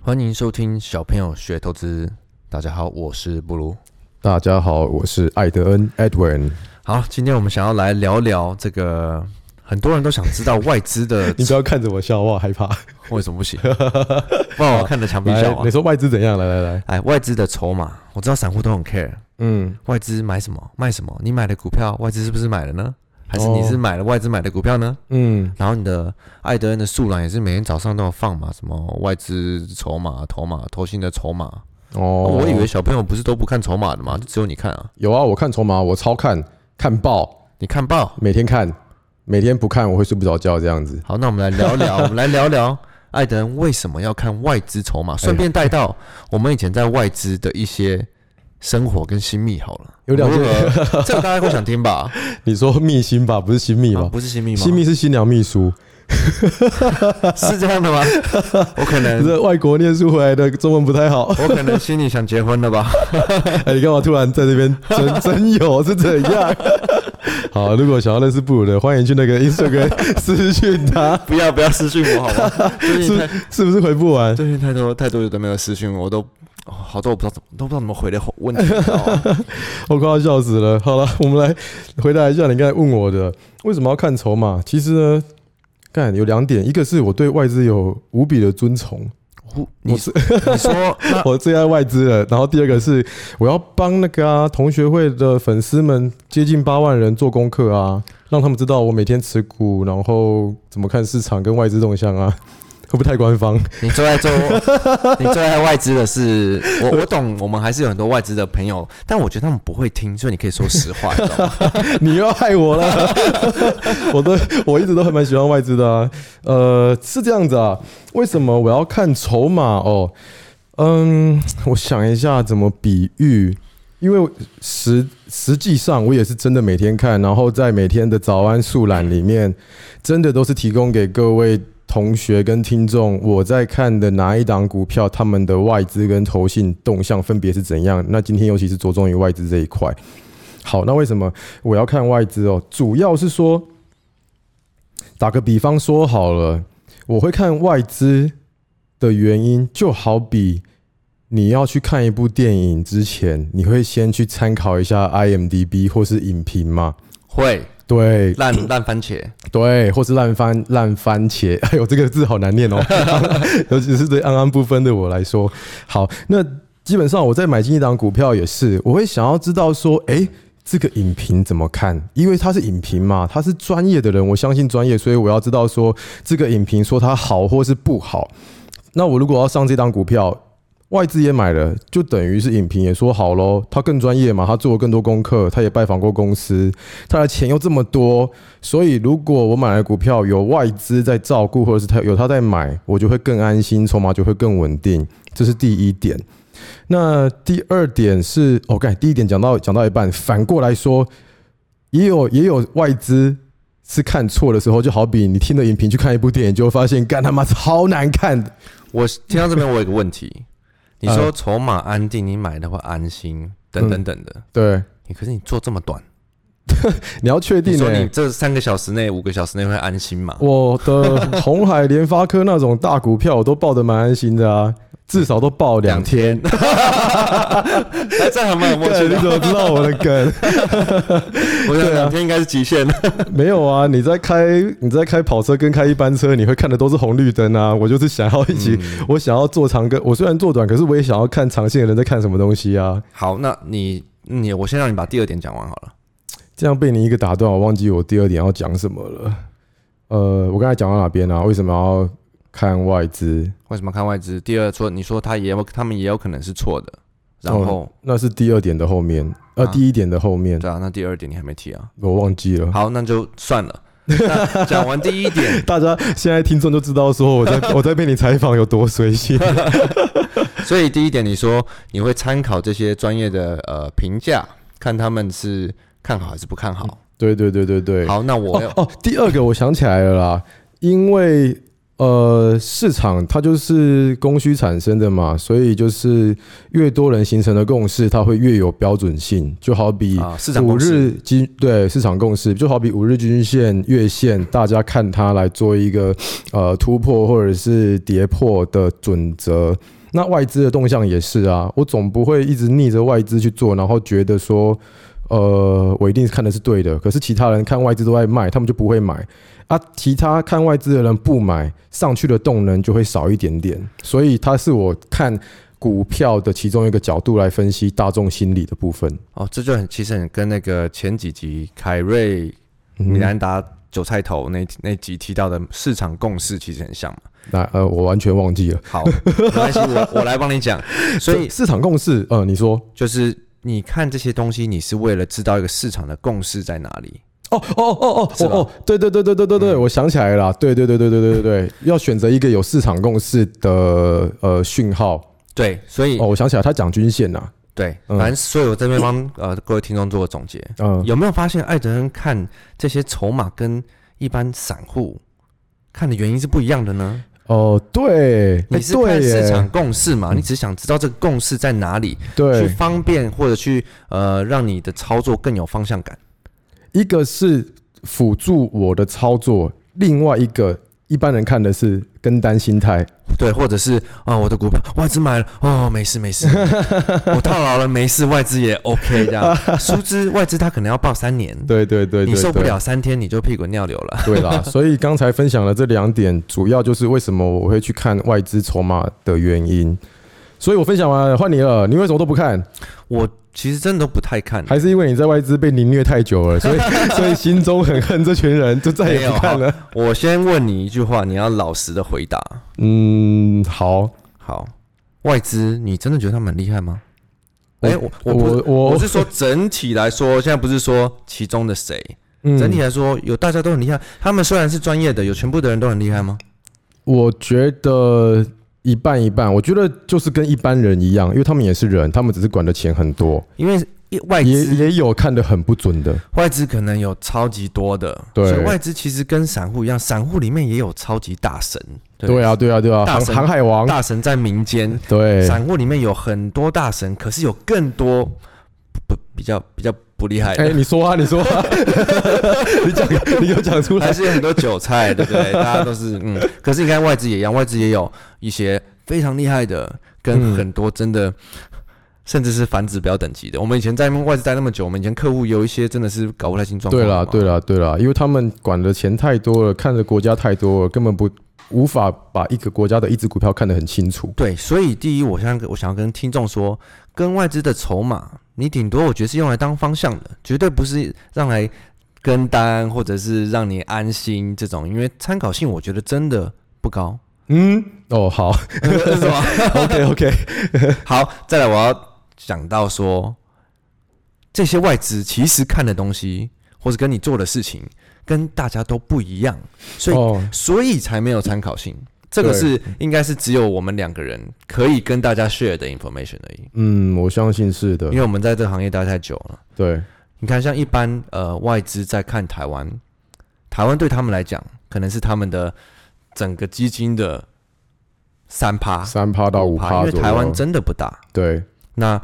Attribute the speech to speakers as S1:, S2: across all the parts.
S1: 欢迎收听小朋友学投资。大家好，我是布鲁。
S2: 大家好，我是艾德恩 Edwin。
S1: 好，今天我们想要来聊聊这个，很多人都想知道外资 的
S2: 你不要看着我笑，我好害 怕。
S1: 为什么不行？不然我看着墙 壁笑
S2: 来，
S1: 啊
S2: 你！说外资怎样？来来来，
S1: 哎，外资的筹码，我知道散户都很 care，
S2: 嗯，
S1: 外资买什么卖什么，你买的股票外资是不是买了呢？还是你
S2: 哦
S1: 是买了外资买的股票呢？
S2: 嗯，
S1: 然后你的艾德恩的速栏也是每天早上都有放嘛，什么外资筹码、筹码、投信的筹码。
S2: 哦，
S1: 我以为小朋友不是都不看筹码的嘛，就只有你看啊，
S2: 有啊，我看筹码，我超看，看报，
S1: 你看报。
S2: 每天看，每天不看我会睡不着觉，这样子。
S1: 好，那我们来聊聊，我们来聊聊 艾德恩为什么要看外资筹码，顺便带到我们以前在外资的一些生活跟新密好了。
S2: 有两件
S1: 如何， 这个大家会想听 吧？
S2: 你说密心吧，不是新密
S1: 啊
S2: 吧？
S1: 不是新密吗？
S2: 新密是新娘秘书，
S1: 是这样 的吗？我可能
S2: 这外国念书回来的中文不太 好。
S1: 我可能心里想结婚了吧？
S2: 哎，你干嘛突然在这边真真有是怎 样？好，如果想要认识布鲁的，欢迎去那个 Instagram 私讯他，
S1: 不要不要私讯我好吗？ 最近太
S2: 是是不是回不完？
S1: 最近太多太多人都没有私讯我，我都、哦好多我不知道怎么都不知道怎么回的问 题。你知道吗
S2: 我快要笑死了。好了，我们来回答一下你刚才问我的，为什么要看筹码？其实呢，看有两点，一个是我对外资有无比的尊崇，
S1: 我你
S2: 我
S1: 说
S2: 是
S1: 你说那
S2: 我最爱外资了。然后第二个是我要帮那个啊同学会的粉丝们接近八万人做功课啊，让他们知道我每天持股，然后怎么看市场跟外资动向啊。会不会太官方？
S1: 你最爱做，你最爱外资的是我，我懂，我们还是有很多外资的朋友，但我觉得他们不会听，所以你可以说实话，你知道 吗？
S2: 你又要害我了！我都我一直都还蛮喜欢外资的啊。呃，是这样子啊。为什么我要看筹码哦？嗯，我想一下怎么比喻，因为实实际上我也是真的每天看，然后在每天的早安速览里面，真的都是提供给各位。同学跟听众，我在看的哪一档股票，他们的外资跟投信动向分别是怎样？那今天尤其是着重于外资这一块。好，那为什么我要看外资哦？主要是说，打个比方说好了，我会看外资的原因，就好比你要去看一部电影之前，你会先去参考一下 IMDB 或是影评嘛？
S1: 会
S2: 对
S1: 烂烂番茄，
S2: 对，或是烂番烂番茄， 哎呦，这个字好难念哦， 尤其是对安安不分的我来说。好，那基本上我在买进一档股票也是，我会想要知道说，哎、这个影评怎么看？因为他是影评嘛，他是专业的人，我相信专业，所以我要知道说这个影评说它好或是不好。那我如果要上这档股票，外资也买了，就等于是影评也说好喽，他更专业嘛，他做了更多功课，他也拜访过公司，他的钱又这么多，所以如果我买的股票有外资在照顾，或者是他有他在买，我就会更安心，筹码就会更稳定，这是第一点。那第二点是，OK，第一点讲到讲到一半，反过来说，也有也有外资是看错的时候，就好比你听了影评去看一部电影，就会发现干他妈超难看的。
S1: 我听到这边我有个问题，你说
S2: 呃
S1: 筹码安定，你买的会安心，等等等的，
S2: 对，
S1: 你可是你做这么短，
S2: 你要确
S1: 你
S2: 定、
S1: 说你
S2: 欸。
S1: 这三个小时内、五个小时内会安心吗？
S2: 我的红海、联发科那种大股票，我都抱得蛮安心的啊，至少都抱两
S1: 天，
S2: 天。
S1: 哎，这还蛮有默
S2: 对，
S1: 契
S2: 你
S1: 的
S2: 怎。么知道我的梗？
S1: 我想
S2: 对啊
S1: 两天应该是极限了。
S2: 没有啊，你在开你在开跑车跟开一般车，你会看的都是红绿灯啊。我就是想要一起，
S1: 嗯
S2: 我想要做长跟，我虽然做短，可是我也想要看长线的人在看什么东西啊。
S1: 好，那你你我先让你把第二点讲完好了。
S2: 这样被你一个打断，我忘记我第二点要讲什么了。呃，我刚才讲到哪边啊？为什么要看外资？
S1: 为什么看外资？第二说，你说他也有，他们也有可能是错的。然后，
S2: 哦那是第二点的后面，呃，
S1: 啊
S2: 第一点的后面，
S1: 对啊，那第二点你还没提啊。
S2: 我忘记了。
S1: 好，那就算了。那讲完第一点，
S2: 大家现在听众就知道说我在 我在被你采访有多 随性。
S1: 所以第一点你说你会参考这些专业的呃评价，看他们是看好还是不看好。
S2: 对对对对对。
S1: 好，那我要
S2: 哦哦，第二个我想起来了啦，因为呃，市场它就是供需产生的嘛，所以就是越多人形成的共识，它会越有标准性。就好比
S1: 啊，市场
S2: 五
S1: 共识
S2: 日均对市场共识，就好比五日均线、月线，大家看它来做一个呃突破或者是跌破的准则。那外资的动向也是啊，我总不会一直逆着外资去做，然后觉得说，呃，我一定看的是对的。可是其他人看外资都在卖，他们就不会买啊。其他看外资的人不买，上去的动能就会少一点点。所以它是我看股票的其中一个角度来分析大众心理的部分。
S1: 哦，这就很其实很跟那个前几集凯瑞、米兰达、韭菜头那那集提到的市场共识其实很像嘛。
S2: 那呃，我完全忘记了。
S1: 好，没关系，我我来帮你讲。所以
S2: 市场共识，呃，你说，
S1: 就是你看这些东西，你是为了知道一个市场的共识在哪里。
S2: 哦哦哦哦
S1: 是
S2: 哦
S1: 吧
S2: 哦，对对对对对对对，我想起来了啦，对对对对对对对对，要选择一个有市场共识的呃讯号。
S1: 对，所以、
S2: 哦，我想起来，他讲均线呐，
S1: 对，
S2: 嗯
S1: 反正所以我这边帮呃各位听众做个总结。
S2: 嗯，
S1: 有没有发现艾德恩看这些筹码跟一般散户看的原因是不一样的呢？
S2: 哦，对，哎
S1: 你是看
S2: 对
S1: 市
S2: 耶
S1: 场，共识嘛？你只想知道这个共识在哪里，去
S2: 对，
S1: 方便或者去呃让你的操作更有方向感。
S2: 一个是辅助我的操作，另外一个一般人看的是跟单心态，
S1: 对，或者是啊、我的股票外资买了，哦，没事没 事，我套牢了没事，外资也 OK 这 样。殊知外资它可能要报三年，
S2: 对对对，对
S1: 你受不
S2: 对
S1: 了三天你就屁滚尿流了。
S2: 对啦，所以刚才分享的这两点，主要就是为什么我会去看外资筹码的原因。所以我分享完了，换你了，你为什么都不看？
S1: 我其实真的都不太看，
S2: 还是因为你在外资被凌虐太久了，所以 所以心中很恨这群人，就再也不看
S1: 没有啊
S2: 了。
S1: 我先问你一句话，你要老实的回答。
S2: 嗯，好，
S1: 好，外资，你真的觉得他们很厉害吗？
S2: 我
S1: 哎、我我不
S2: 我我
S1: 我是说整体来说，现在不是说其中的谁，
S2: 嗯
S1: 整体来说有大家都很厉害。他们虽然是专业的，有全部的人都很厉害吗？
S2: 我觉得一半一半，我觉得就是跟一般人一样，因为他们也是人，他们只是管的钱很多，
S1: 因为一外
S2: 也
S1: 资
S2: 也有看得很不准的。
S1: 外资可能有超级多的，
S2: 对
S1: 所以外资其实跟散户一样，散户里面也有超级大神，对
S2: 对啊，对啊，对啊，
S1: 大
S2: 航
S1: 神
S2: 航海王，
S1: 大神在民间，
S2: 对，
S1: 散户里面有很多大神，可是有更多不不比较比较不厉害的。
S2: 哎，你说啊， 你说啊，你讲，你给我讲出 来
S1: 还。是有很多韭菜，对不对？大家都是 嗯，可是你看外资也一样，外资也有一些非常厉害的，跟
S2: 嗯
S1: 很多真的，甚至是反指标等级的。我们以前在外资待那么久，我们以前客户有一些真的是搞不太清状况
S2: 对
S1: 的嘛。
S2: 啦，对啦，对啦，因为他们管的钱太多了，看的国家太多了，根本不无法把一个国家的一只股票看得很清楚。
S1: 对，所以第一，我想我想要跟听众说，跟外资的筹码，你顶多我觉得是用来当方向的，绝对不是让来跟单或者是让你安心这种，因为参考性我觉得真的不 高，
S2: 嗯，哦，好哦
S1: 是 吧？
S2: ，OK OK，
S1: 好，再来我要讲到说，这些外资其实看的东西，或是跟你做的事情，跟大家都不一样，所以、
S2: 哦，
S1: 所以才没有参考性。这个
S2: 对
S1: 是应该是只有我们两个人可以跟大家 share 的 information 而已，
S2: 嗯，我相信是的
S1: 因，为我们在这个行业待太久了。
S2: 对，
S1: 你看，像一般呃外资在看台湾，台湾对他们来讲，可能是他们的整个基金的三趴
S2: 三趴到五趴
S1: 因
S2: 左
S1: 为
S2: 右。
S1: 台湾真的不大。
S2: 对，
S1: 那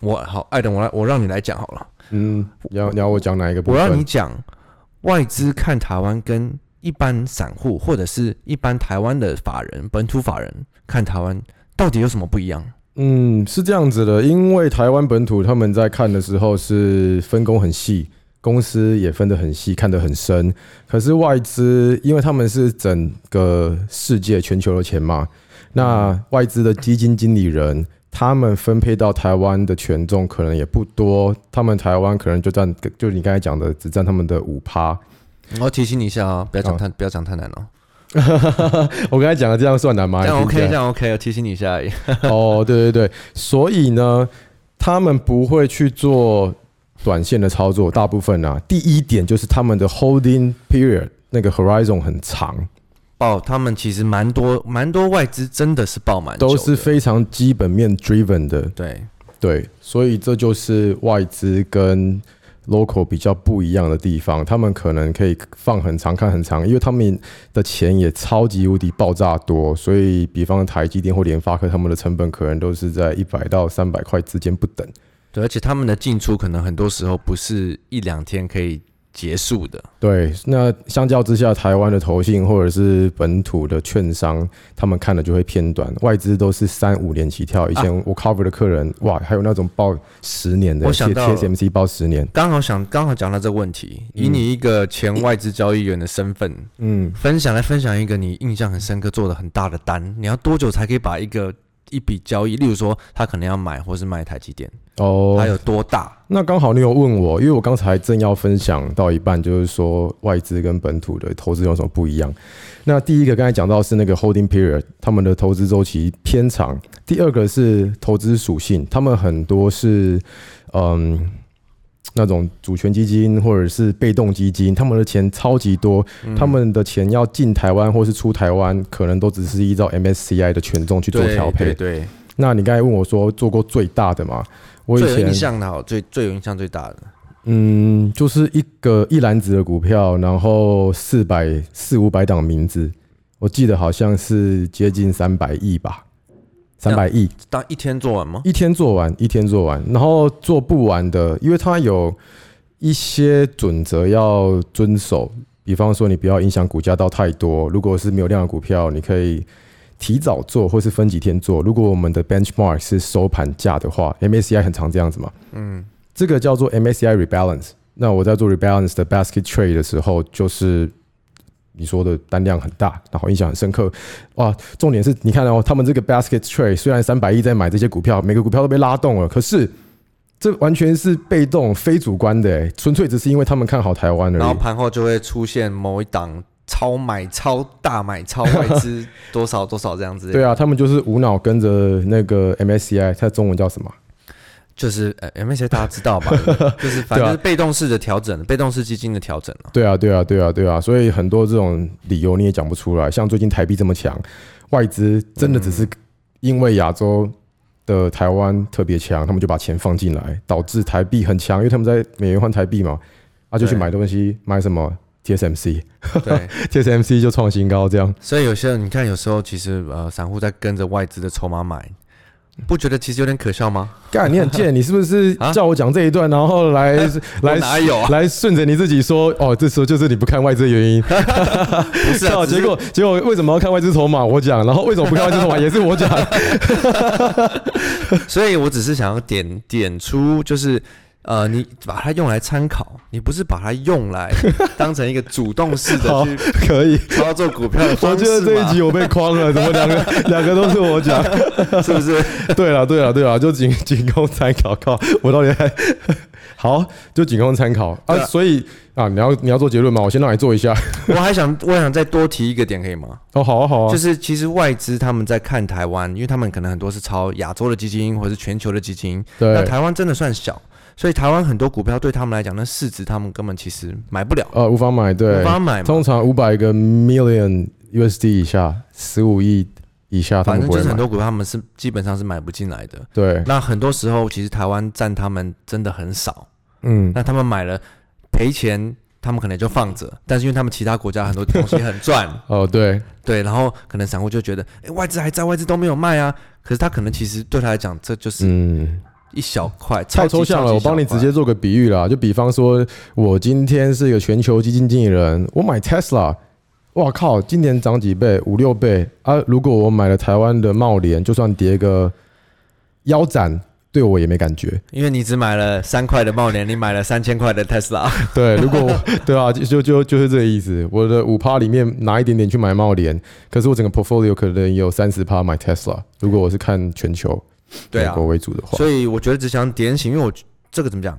S1: 我好，艾等我来，我让你来讲好了。
S2: 嗯，你要你要我讲哪一个部
S1: 我
S2: 分？
S1: 让你讲外资看台湾跟一般散户或者是一般台湾的法人、本土法人看台湾到底有什么不一样？
S2: 嗯，是这样子的，因为台湾本土他们在看的时候是分工很细，公司也分得很细，看得很深。可是外资，因为他们是整个世界全球的钱嘛，那外资的基金经理人。他们分配到台湾的权重可能也不多，他们台湾可能就占，就你刚才讲的，只占他们的五趴。
S1: 我要提醒你一下啊、不要讲
S2: 好
S1: 太、不要讲太难哦。啊
S2: 我刚才讲的这样算难吗？
S1: 这
S2: 你
S1: 样
S2: 听起
S1: OK，
S2: 来
S1: 这样 OK，提醒你一下而 已。
S2: 哦，对对对，所以呢，他们不会去做短线的操作，大部分啊，第一点就是他们的 holding period 那个 horizon 很长，
S1: 报他们其实蛮多蛮多外资真的是报满久的，
S2: 都是非常基本面 driven 的，
S1: 对
S2: 对，所以这就是外资跟 local 比较不一样的地方，他们可能可以放很长看很长，因为他们的钱也超级无敌爆炸多，所以比方台积电或联发科，他们的成本可能都是在一百到三百块之间不等。
S1: 对，而且他们的进出可能很多时候不是一两天可以结束的。
S2: 对，那相较之下，台湾的投信或者是本土的券商，他们看的就会偏短，外资都是三五年起跳。以前我 cover 的客人，哇，还有那种报十年的
S1: 啊我想到了
S2: TSMC 报十年，
S1: 刚好想刚好讲到这个问题，以你一个前外资交易员的身份，
S2: 嗯，
S1: 分享来分享一个你印象很深刻、做的很大的单，你要多久才可以把一个一笔交易，例如说他可能要买或是卖台积电，
S2: 哦，
S1: 它有多大？
S2: 那刚好你有问我，因为我刚才正要分享到一半，就是说外资跟本土的投资有什么不一样。那第一个刚才讲到是那个 holding period，他们的投资周期偏长；第二个是投资属性，他们很多是嗯那种主权基金或者是被动基金，他们的钱超级多，
S1: 嗯
S2: 他们的钱要进台湾或是出台湾，可能都只是依照 MSCI 的权重去做
S1: 对
S2: 调配
S1: 对。对，
S2: 那你刚才问我说做过最大的嘛？我以
S1: 最有
S2: 前
S1: 印象的好，最最有印象最大的，
S2: 嗯，就是一个一篮子的股票，然后四百四五百档名字，我记得好像是接近三百亿吧，三百亿
S1: 当一天做完吗？
S2: 一天做完，一天做完，然后做不完的，因为它有一些准则要遵守，比方说你不要影响股价到太多，如果是没有量的股票，你可以。提早做，或是分几天做。如果我们的 benchmark 是收盘价的话，MSCI 很常这样子嘛，
S1: 嗯，
S2: 这个叫做 MSCI rebalance。那我在做 rebalance 的 basket trade 的时候，就是你说的单量很大，然后印象很深刻。哇，重点是你看哦，他们这个 basket trade 虽然三百亿在买这些股票，每个股票都被拉动了，可是这完全是被动、非主观的欸，纯粹只是因为他们看好台湾而
S1: 然后
S2: 已。
S1: 盘后就会出现某一档超买、超大买、超外资 多少多少这样子。
S2: 对啊，他们就是无脑跟着那个 MSCI，它中文叫什么？
S1: 就是呃，MSCI 大家知 道吧？就是反正就
S2: 啊
S1: 是被动式的调整，被动式基金的调整啊。
S2: 对啊，对啊，对啊，对啊，所以很多这种理由你也讲不出来。像最近台币这么强，外资真的只是因为亚洲的台湾特别强，他们就把钱放进来，导致台币很强，因为他们在美元换台币嘛，啊，就去
S1: 对
S2: 买东西，买什么 TSMC，TSMC
S1: 对，
S2: 就创新高，这样
S1: 所以有些人你看，有时候其实呃，散户在跟着外资的筹码买，不觉得其实有点可笑吗？
S2: 干，你很贱，你是不是
S1: 啊
S2: 叫我讲这一段，然后来
S1: 我
S2: 来
S1: 哪有啊？
S2: 来顺着你自己说？哦，这时候就是你不看外资的原因，
S1: 不是啊，
S2: 靠
S1: 只
S2: 结
S1: 是
S2: 果结果为什么要看外资筹码？我讲，然后为什么不看外资筹码也是我讲。
S1: 所以我只是想要点点出，就是呃，你把它用来参考，你不是把它用来当成一个主动式 的
S2: 好
S1: 去
S2: 可以，
S1: 操作股票的
S2: 我
S1: 方
S2: 觉
S1: 式
S2: 得这一
S1: 嘛
S2: 集我被框了，怎么两个 两个都是我讲？
S1: 是不是？
S2: 对了，对了，对了，就仅仅供参考。靠，我到底还 好？就仅供参考啊
S1: 对啊！
S2: 所以啊，你要你要做结论吗？我先让你做一下。
S1: 我还想，我还想再多提一个点，可以吗？
S2: 哦，好啊，好啊
S1: 就。是其实外资他们在看台湾，因为他们可能很多是抄亚洲的基金或者是全球的基金，那
S2: 对，
S1: 台湾真的算小，所以台湾很多股票对他们来讲，那市值他们根本其实买不了，
S2: 呃，无法买，对
S1: 无，法买嘛。
S2: 通常五百个 million USD 以下，十五亿以下，他
S1: 反
S2: 们
S1: 正
S2: 不
S1: 就
S2: 会
S1: 是很
S2: 买。嗯
S1: 多股票他们是基本上是买不进来的。
S2: 对，
S1: 那很多时候其实台湾占他们真的很少，
S2: 嗯，
S1: 那他们买了赔钱，他们可能就放着，但是因为他们其他国家很多东西很 赚，
S2: 哦，对，
S1: 对，然后可能散户就觉得，哎，外资还在，外资都没有卖啊。可是他可能其实对他来讲，这就是
S2: 嗯。
S1: 一小块，超
S2: 太
S1: 级
S2: 抽象了，我帮你直。
S1: 啊
S2: 接做个比喻啦。就比方说，我今天是一个全球基金经理人，我买 Tesla，哇靠，今年涨几倍，五六倍啊！如果我买了台湾的茂联，就算跌个腰斩，对我也没感 觉。
S1: 因为你只买了三块的茂联，你买了三千块的 Tesla，
S2: 对，如果我对啊，就就就就是这个意思。我的五趴里面拿一点点去买茂联，可是我整个 portfolio 可能也有三十趴买 Tesla。如果我是看全球
S1: 对
S2: 美
S1: 啊
S2: 国，为主的话，
S1: 所以我觉得只想点醒，因为我这个怎么讲？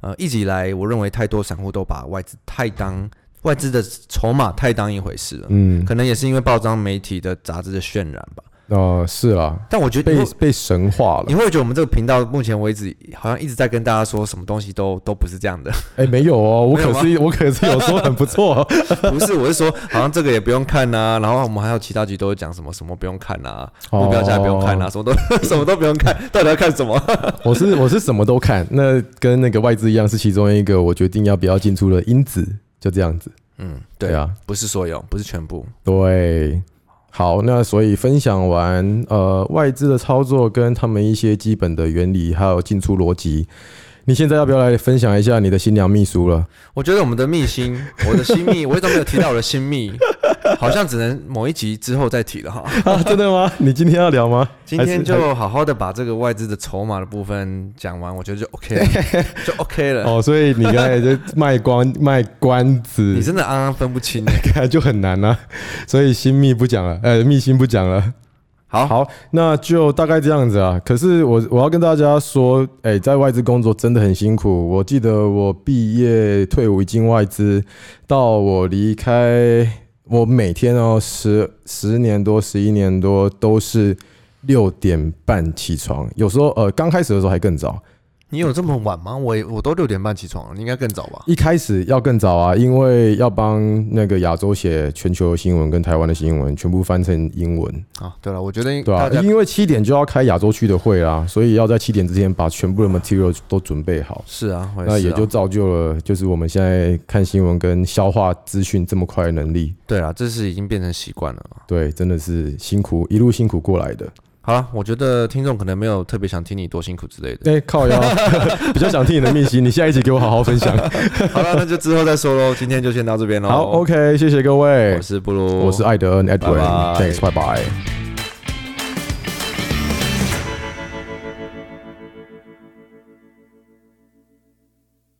S1: 呃，一直以来我认为太多散户都把外资太当外资的筹码太当一回事了，
S2: 嗯，
S1: 可能也是因为报章媒体的杂志的渲染吧。
S2: 哦、是啦，
S1: 但我觉得你
S2: 被
S1: 会
S2: 被神化了
S1: 你。会觉得我们这个频道目前为止好像一直在跟大家说什么东西都都不是这样 的，
S2: 哎、没有哦，我
S1: 没有
S2: 可是我可是有说很不错、 哦，
S1: 不是，我是说，好像这个也不用看呐、然后我们还有其他局都会讲什么什么不用看呐、
S2: 哦
S1: 目标价不用看呐、啊什么都 什么都不用看，到底要看什么？
S2: 我是我是什么都看，那跟那个外资一样，是其中一个我决定要不要进出的因子，就这样子。
S1: 嗯，
S2: 对，啊，
S1: 不是所有，不是全部，
S2: 对。啊好，那所以分享完呃外资的操作跟他们一些基本的原理，还有进出逻辑。你现在要不要来分享一下你的新娘秘 书了？
S1: 我觉得我们的秘 辛，我的新秘，我一直都没有提到我的新秘，好像只能某一集之后再提了哈。
S2: 啊，真的吗？你今天要聊吗？
S1: 今
S2: 还是
S1: 天就好好的把这个外资的筹码的部分讲完，我觉得就 OK 了，就 OK 了。
S2: 哦，所以你刚才在卖关卖关子
S1: 你，真的安安分不清 欸。
S2: 就很难啊。所以新密不讲了，呃，密心不讲了。
S1: 好，
S2: 好，那就大概这样子啊。可是我我要跟大家说，哎、在外资工作真的很辛苦。我记得我毕业退伍进外资，到我离开，我每天哦十十年多、十一年多都是六点半起床，有时候呃刚开始的时候还更早。
S1: 你有这么晚吗？我也我都六点半起床了，你应该更早吧？
S2: 一开始要更早啊，因为要帮那个亚洲写全球新闻跟台湾的新闻全部翻成英文，
S1: 啊，对了，我觉得
S2: 对哎
S1: 大
S2: 吧、
S1: 家
S2: 因为七点就要开亚洲区的会啦，所以要在七点之前把全部的 material 都准备好。
S1: 是啊，我
S2: 那
S1: 啊是
S2: 也
S1: 啊
S2: 就造就了，就是我们现在看新闻跟消化资讯这么快的能力。
S1: 对了，这是已经变成习惯了嘛。
S2: 对，真的是辛苦，一路辛苦过来的。
S1: 好了，我觉得听众可能没有特别想听你多辛苦之类 的。
S2: 哎、靠腰，比较想听你的秘辛，你下一集给我好好 分享。
S1: 哦好了，那就之后再说喽，今天就先到这边喽。
S2: 好，OK，谢谢各位
S1: 我，是布鲁，
S2: 我是艾德恩
S1: 拜拜
S2: Edward，thanks，拜拜。